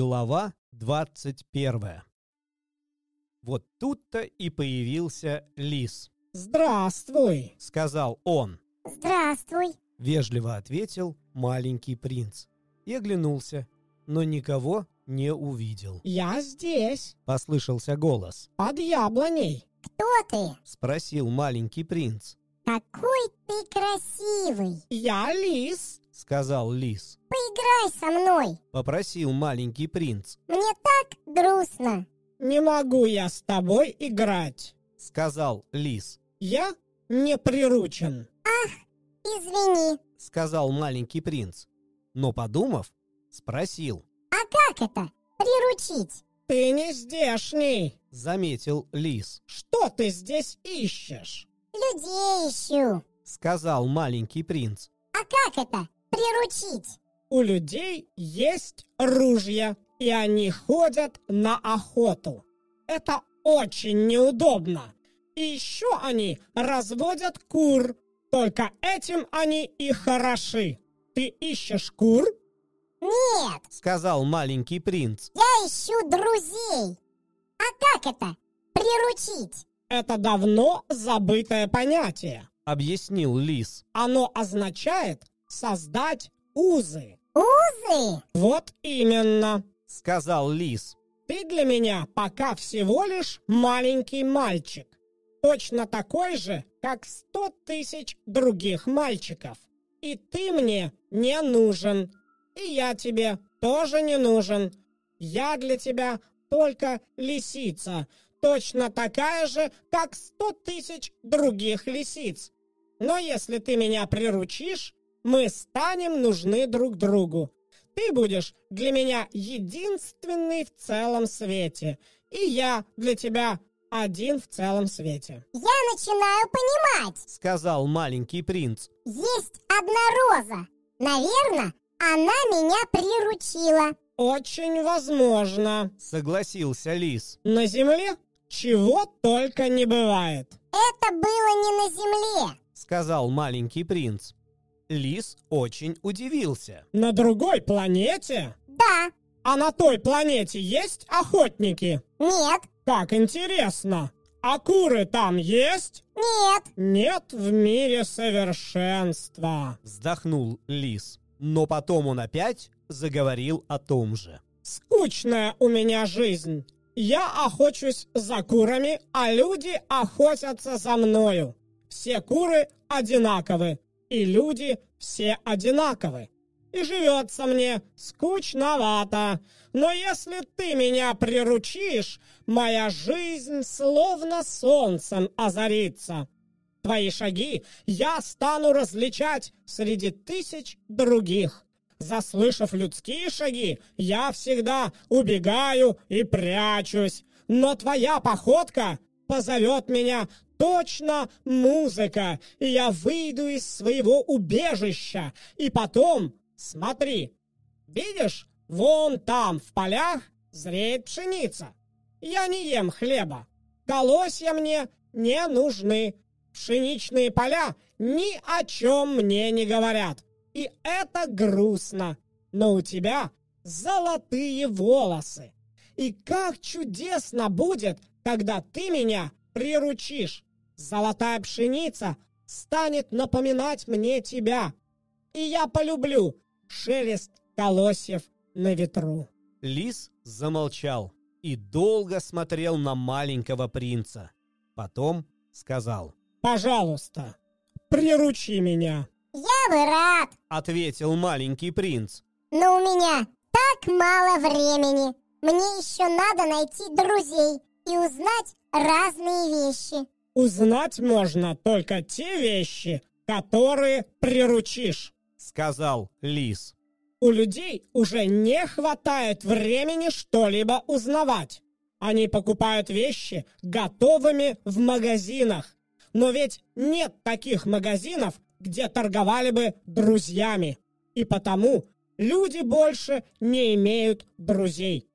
Глава 21. Вот тут-то и появился лис, Здравствуй. сказал он. Здравствуй. Вежливо ответил маленький принц и оглянулся, но никого не увидел. Я здесь, Послышался голос. под яблоней. Кто ты? Спросил маленький принц. Какой ты красивый. Я лис. Сказал лис. Поиграй со мной. Попросил маленький принц. Мне так грустно. Не могу я с тобой играть. Сказал лис. Я не приручен. Извини. Сказал маленький принц. Но подумав, спросил. А как это? Приручить. Ты не здешний. Заметил лис. Что ты здесь ищешь? Людей ищу. Сказал маленький принц. А как это? Приручить. У людей есть ружья, и они ходят на охоту. Это очень неудобно. И еще они разводят кур. Только этим они и хороши. Ты ищешь кур? Нет, Сказал маленький принц. я ищу друзей. А как это? Приручить. Это давно забытое понятие. Объяснил лис. Оно означает создать узы. Узы. Вот именно. Сказал лис. Ты для меня пока всего лишь маленький мальчик. Точно такой же, как сто тысяч других мальчиков. И ты мне не нужен. И я тебе тоже не нужен. Я для тебя только лисица. Точно такая же, как сто тысяч других лисиц. Но если ты меня приручишь, мы станем нужны друг другу. Ты будешь для меня единственный в целом свете. И я для тебя один в целом свете. Я начинаю понимать. Сказал маленький принц. Есть одна роза. Наверное, она меня приручила. Очень возможно. Согласился лис. На Земле чего только не бывает. Это было не на земле. Сказал маленький принц. Лис очень удивился. На другой планете? Да, А на той планете есть охотники? нет, Как интересно. А куры там есть? нет. Нет в мире совершенства. Вздохнул лис. Но потом он опять заговорил о том же. Скучная у меня жизнь. Я охочусь за курами, а люди охотятся за мною. Все куры одинаковы, и люди все одинаковы. И живется мне скучновато. Но если ты меня приручишь, моя жизнь словно солнцем озарится. Твои шаги я стану различать среди тысяч других. Заслышав людские шаги, я всегда убегаю и прячусь. Но твоя походка позовет меня точно музыка, и я выйду из своего убежища. И потом, смотри, видишь, вон там в полях зреет пшеница. Я не ем хлеба. Колосья мне не нужны. Пшеничные поля ни о чем мне не говорят. И это грустно. Но у тебя золотые волосы. И как чудесно будет, когда ты меня приручишь. Золотая пшеница станет напоминать мне тебя. И я полюблю шелест колосьев на ветру. Лис замолчал и долго смотрел на маленького принца. Потом сказал. Пожалуйста, приручи меня. Я бы рад, Ответил маленький принц. но у меня так мало времени. Мне еще надо найти друзей и узнать разные вещи. Узнать можно только те вещи, которые приручишь. Сказал лис. У людей уже не хватает времени что-либо узнавать. Они покупают вещи готовыми в магазинах. Но ведь нет таких магазинов, где торговали бы друзьями. И потому люди больше не имеют друзей.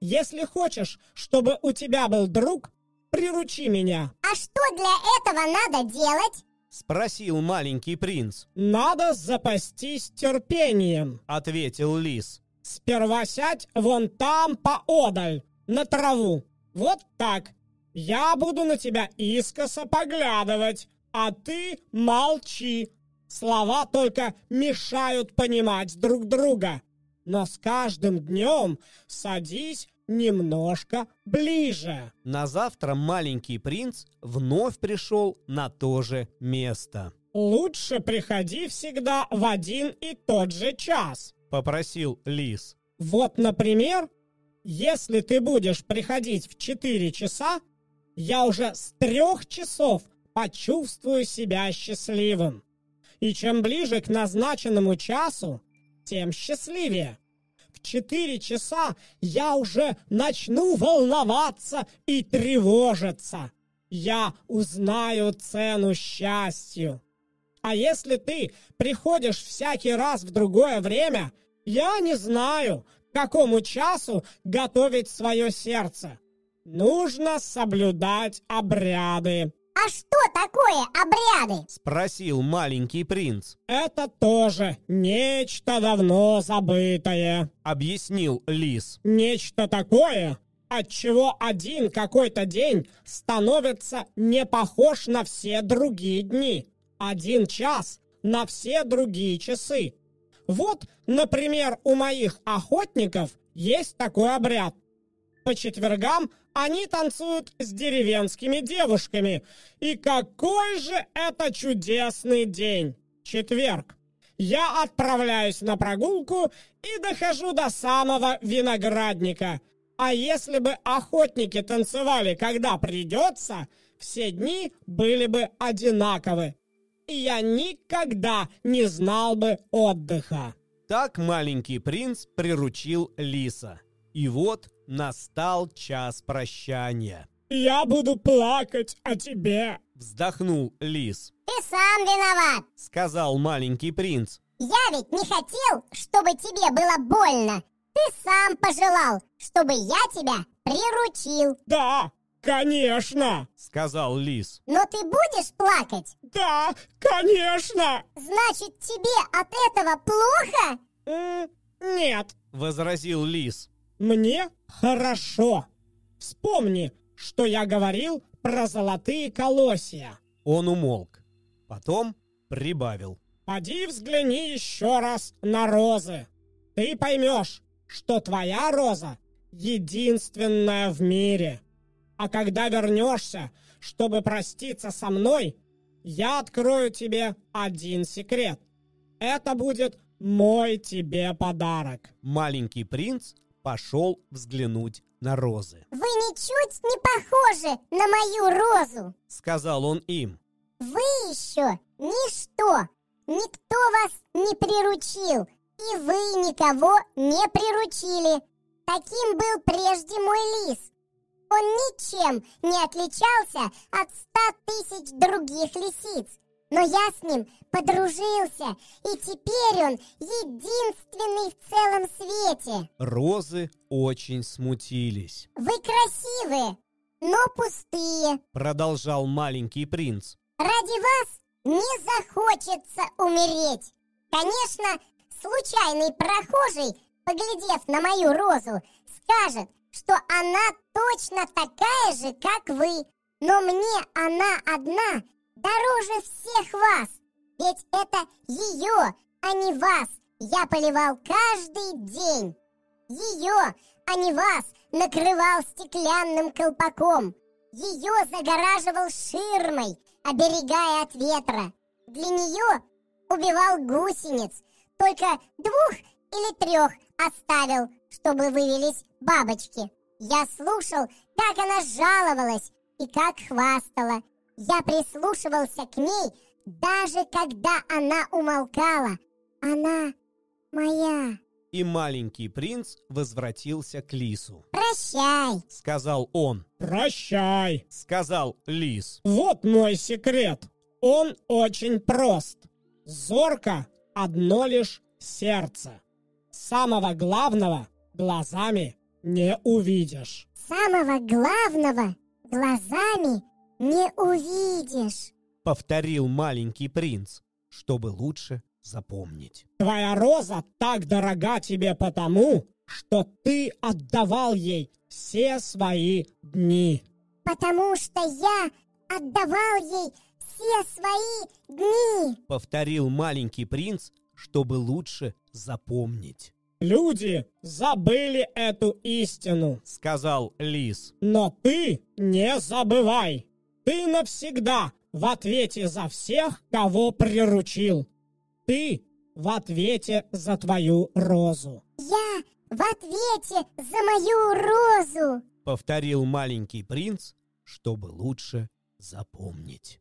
Если хочешь, чтобы у тебя был друг, приручи меня. А что для этого надо делать? Спросил маленький принц. Надо запастись терпением. Ответил лис. Сперва сядь вон там поодаль, на траву. Вот так. Я буду на тебя искоса поглядывать, а ты молчи. Слова только мешают понимать друг друга. Но с каждым днем садись немножко ближе. На завтра маленький принц вновь пришел на то же место. Лучше приходи всегда в один и тот же час. Попросил лис. Вот, например, если ты будешь приходить в 4 часа, я уже с трех часов почувствую себя счастливым. И чем ближе к назначенному часу, тем счастливее. В 4 часа я уже начну волноваться и тревожиться. Я узнаю цену счастью. А если ты приходишь всякий раз в другое время, я не знаю, к какому часу готовить свое сердце. Нужно соблюдать обряды. А что такое обряды? Спросил маленький принц. Это тоже нечто давно забытое. Объяснил лис. Нечто такое, от чего один какой-то день становится не похож на все другие дни. Один час на все другие часы. Вот, например, у моих охотников есть такой обряд. По четвергам они танцуют с деревенскими девушками. И какой же это чудесный день! Четверг. Я отправляюсь на прогулку и дохожу до самого виноградника. А если бы охотники танцевали, когда придется, все дни были бы одинаковы. И я никогда не знал бы отдыха. Так маленький принц приручил лиса. И вот настал час прощания. Я буду плакать о тебе. Вздохнул лис. Ты сам виноват. Сказал маленький принц. Я ведь не хотел, чтобы тебе было больно. Ты сам пожелал, чтобы я тебя приручил. Да, конечно. Сказал лис. Но ты будешь плакать? Да, конечно. Значит, тебе от этого плохо? М, Нет, Возразил лис. мне хорошо. Вспомни, что я говорил про золотые колосья. Он умолк. Потом прибавил. Поди взгляни еще раз на розы. Ты поймешь, что твоя роза единственная в мире. А когда вернешься, чтобы проститься со мной, я открою тебе один секрет. Это будет мой тебе подарок. Маленький принц пошел взглянуть на розы. Вы ничуть не похожи на мою розу. Сказал он им. Вы еще ничто. Никто вас не приручил. И вы никого не приручили. Таким был прежде мой лис. Он ничем не отличался от ста тысяч других лисиц. Но я с ним подружился, и теперь он единственный в целом свете. Розы очень смутились. Вы красивые, но пустые. Продолжал маленький принц. Ради вас не захочется умереть. Конечно, случайный прохожий, поглядев на мою розу, скажет, что она точно такая же, как вы. Но мне она одна дороже всех вас. Ведь это ее, а не вас, я поливал каждый день. Ее, а не вас, накрывал стеклянным колпаком. Ее загораживал ширмой, оберегая от ветра. Для нее убивал гусениц. Только двух или трех оставил, чтобы вывелись бабочки. Я слушал, как она жаловалась и как хвастала. Я прислушивался к ней, даже когда она умолкала. Она моя. И маленький принц возвратился к лису. Прощай. Сказал он. Прощай. Сказал лис. Вот мой секрет. Он очень прост. Зорко одно лишь сердце. Самого главного глазами не увидишь. Самого главного глазами не увидишь. Повторил маленький принц, чтобы лучше запомнить. Твоя роза так дорога тебе потому, что ты отдавал ей все свои дни. потому что я отдавал ей все свои дни. Повторил маленький принц, чтобы лучше запомнить. Люди забыли эту истину, Сказал лис. но ты не забывай. Ты навсегда в ответе за всех, кого приручил. Ты в ответе за твою розу. Я в ответе за мою розу. Повторил маленький принц, чтобы лучше запомнить.